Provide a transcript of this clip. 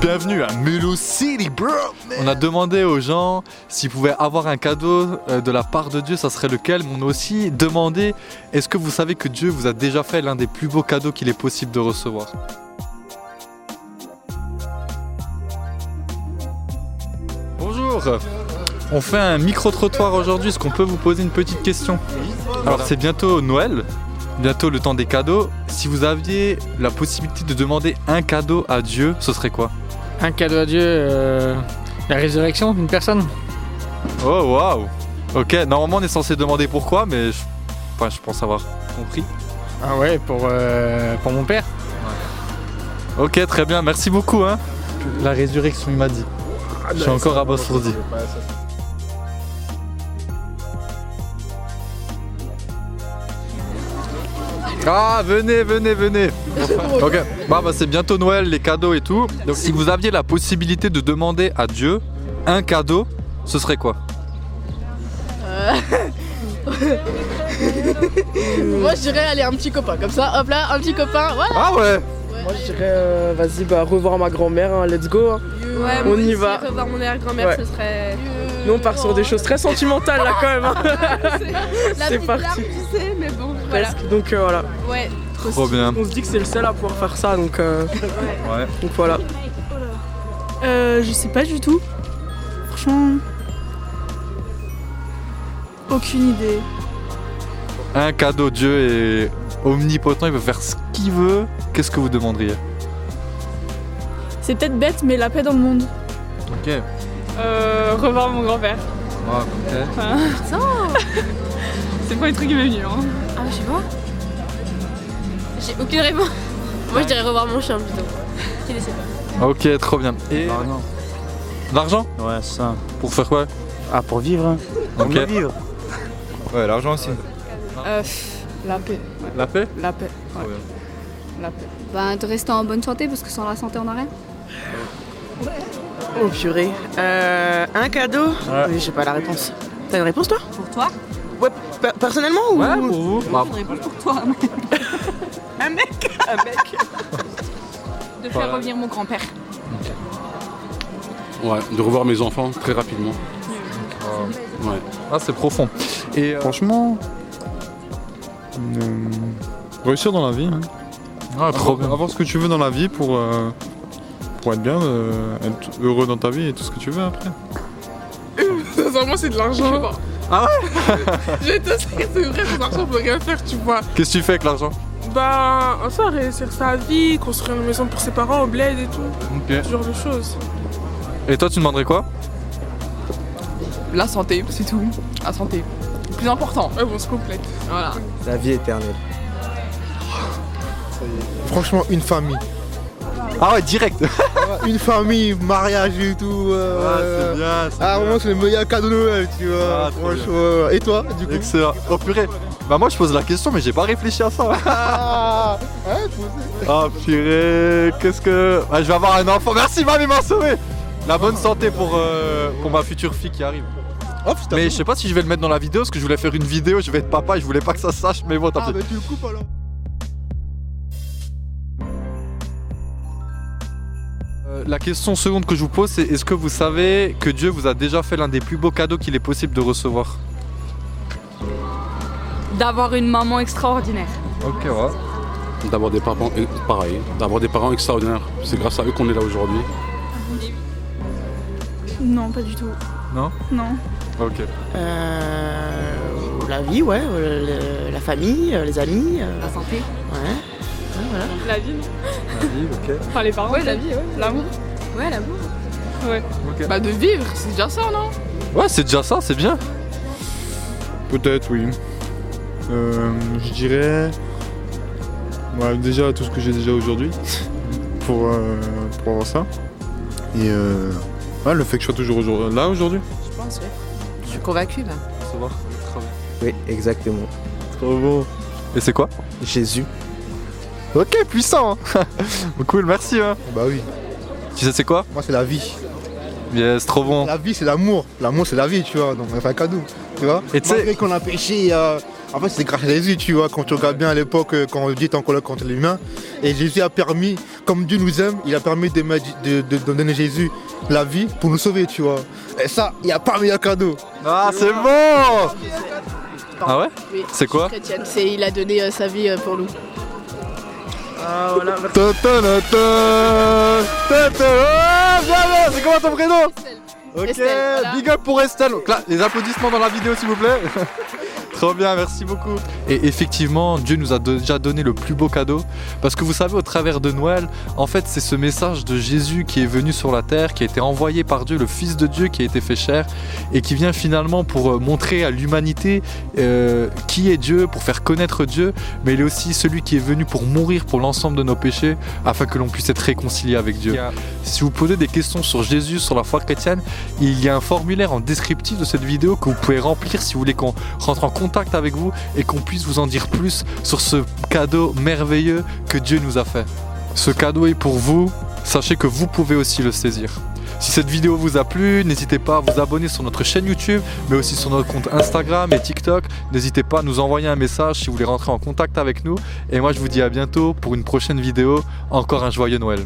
Bienvenue à Melo City, bro. On a demandé aux gens s'ils pouvaient avoir un cadeau euh, de la part de Dieu, ça serait lequel. Mais on a aussi demandé est-ce que vous savez que Dieu vous a déjà fait l'un des plus beaux cadeaux qu'il est possible de recevoir Bonjour On fait un micro-trottoir aujourd'hui. Est-ce qu'on peut vous poser une petite question Alors, c'est bientôt Noël. Bientôt le temps des cadeaux. Si vous aviez la possibilité de demander un cadeau à Dieu, ce serait quoi Un cadeau à Dieu, euh, la résurrection d'une personne. Oh waouh Ok, normalement on est censé demander pourquoi, mais je, enfin, je pense avoir compris. Ah ouais, pour, euh, pour mon père. Ok, très bien, merci beaucoup. Hein. La résurrection, il m'a dit. Je suis encore abasourdi. Ah, venez, venez, venez. Ok, bah, bah, c'est bientôt Noël, les cadeaux et tout. Donc, si vous aviez la possibilité de demander à Dieu un cadeau, ce serait quoi Moi je dirais aller un petit copain comme ça, hop là, un petit copain, voilà. Ah ouais Moi je dirais, euh, vas-y, bah revoir ma grand-mère, hein, let's go. hein. Ouais, On moi y aussi, va. Revoir mon arrière-grand-mère, Ouais. ce serait. Nous on part sur des choses très sentimentales là quand même. hein. La C'est petite parti. larme, tu sais, mais bon, voilà. Presque. Donc euh, voilà. Ouais. Trop bien. On se dit que c'est le seul à pouvoir faire ça donc, euh, Ouais. donc voilà. Euh, je sais pas du tout. Franchement. Aucune idée. Un cadeau, Dieu est omnipotent, il peut faire ce qu'il veut. Qu'est-ce que vous demanderiez C'est peut-être bête, mais la paix dans le monde. Ok. Ah, Euh, revoir mon grand-père. C'est pas le truc qui m'est venu. Hein. Ah, je sais pas. J'ai aucune réponse. Moi je dirais revoir mon chien plutôt. Qui décède. Ok, trop bien. Et l'argent Ouais, c'est ça. Pour faire quoi Ah, pour vivre hein. Pour Ok. mieux vivre Ouais, l'argent aussi. la paix. La paix La paix. Trop bien. La paix. Ben, de rester en bonne santé parce que sans la santé on n'a rien. Oh purée. Euh, un cadeau Oui, J'ai pas la réponse. T'as une réponse toi Pour toi Ouais, per- personnellement ou Ouais, pour vous Bah, pour toi. Un mec Un mec De faire Voilà. revenir mon grand-père. Ouais, de revoir mes enfants très rapidement. Ouais. Ah, c'est profond. Et euh, Franchement. réussir dans la vie. ah, trop bien. Avoir ce que tu veux dans la vie pour. Pour être bien, être heureux dans ta vie et tout ce que tu veux après. Sincèrement, c'est de l'argent. Ah ouais J'ai te dire, c'est vrai, c'est de l'argent, on peut rien faire, tu vois. Qu'est-ce que tu fais avec l'argent Bah, en soi, réussir sa vie, construire une maison pour ses parents, au bled et tout, Ok. ce genre de choses. Et toi, tu demanderais quoi La santé, c'est tout. La santé. Le plus important. Ouais, bon, se complète. Voilà. La vie éternelle. Franchement, une famille. Ah ouais, direct une famille, mariage et tout. euh, bien, c'est Ah, vraiment, c'est le meilleur cadeau de Noël, tu vois. Ah, trop bien. franchement. euh, Et toi, du coup Excellent. Oh purée Bah moi je pose la question mais j'ai pas réfléchi à ça. Ah, ouais, faut- Ah purée, qu'est-ce que... Ah, je vais avoir un enfant. Merci mamie m'a sauvé La bonne santé pour, euh, pour ma future fille qui arrive. Oh putain. Mais je sais pas si je vais le mettre dans la vidéo parce que je voulais faire une vidéo, je vais être papa et je voulais pas que ça se sache mais bon tant Ah, pis. bah, tu le coupes alors. Euh, La question seconde que je vous pose c'est est-ce que vous savez que Dieu vous a déjà fait l'un des plus beaux cadeaux qu'il est possible de recevoir D'avoir une maman extraordinaire. Ok ouais. D'avoir des parents euh, pareil, d'avoir des parents extraordinaires. C'est grâce à eux qu'on est là aujourd'hui. Non, pas du tout. Non Non. Ok. Euh, La vie, ouais. euh, le- la famille, euh, les amis. euh, La santé. ouais. Ouais, voilà. La vie, non Enfin, les parents, la vie, ouais. L'amour. Ouais, l'amour. Ok. Bah, de vivre, c'est déjà ça, non Ouais c'est déjà ça, c'est bien. Peut-être, oui. Euh, je dirais. ouais, déjà tout ce que j'ai déjà aujourd'hui pour, euh, pour avoir ça. Et euh, ouais, le fait que je sois toujours aujourd- là aujourd'hui. Je pense, ouais. Je suis convaincue là. Recevoir. Trop bien. Oui, exactement. Trop bon. Et c'est quoi Jésus. Ok, puissant hein. Cool, merci hein. Bah oui, Tu sais c'est quoi moi, c'est la vie. Yes, trop bon. La vie, c'est l'amour. L'amour, c'est la vie, tu vois. Donc, on a fait un cadeau. Tu vois Et tu sais- Malgré qu'on a péché, euh, En fait, c'est grâce à Jésus, tu vois, quand tu regardes bien à l'époque, euh, quand on dit en colloque contre l'humain, et Jésus a permis, comme Dieu nous aime, il a permis d'émettre- de, de- de donner Jésus la vie pour nous sauver, tu vois. Et ça, il n'y a pas meilleur cadeau. Ah, c'est bon Ah ouais Oui, C'est quoi je suis chrétienne. C'est il a donné euh, sa vie euh, pour nous. Ah voilà. C'est comment ton prénom Ok, big up pour Estelle. Donc là, les applaudissements dans la vidéo, s'il vous plaît. Trop bien, merci beaucoup. Et effectivement, Dieu nous a déjà donné le plus beau cadeau. Parce que vous savez, au travers de Noël, en fait, c'est ce message de Jésus qui est venu sur la terre, qui a été envoyé par Dieu, le Fils de Dieu qui a été fait chair, et qui vient finalement pour euh, montrer à l'humanité euh, qui est Dieu, pour faire connaître Dieu, mais il est aussi celui qui est venu pour mourir pour l'ensemble de nos péchés, afin que l'on puisse être réconcilié avec Dieu. Yeah. Si vous posez des questions sur Jésus, sur la foi chrétienne, il y a un formulaire en descriptif de cette vidéo que vous pouvez remplir si vous voulez qu'on rentre en contact avec vous et qu'on puisse vous en dire plus sur ce cadeau merveilleux que Dieu nous a fait. Ce cadeau est pour vous, sachez que vous pouvez aussi le saisir. Si cette vidéo vous a plu, n'hésitez pas à vous abonner sur notre chaîne YouTube, mais aussi sur notre compte Instagram et TikTok. N'hésitez pas à nous envoyer un message si vous voulez rentrer en contact avec nous. Et moi, je vous dis à bientôt pour une prochaine vidéo. Encore un joyeux Noël.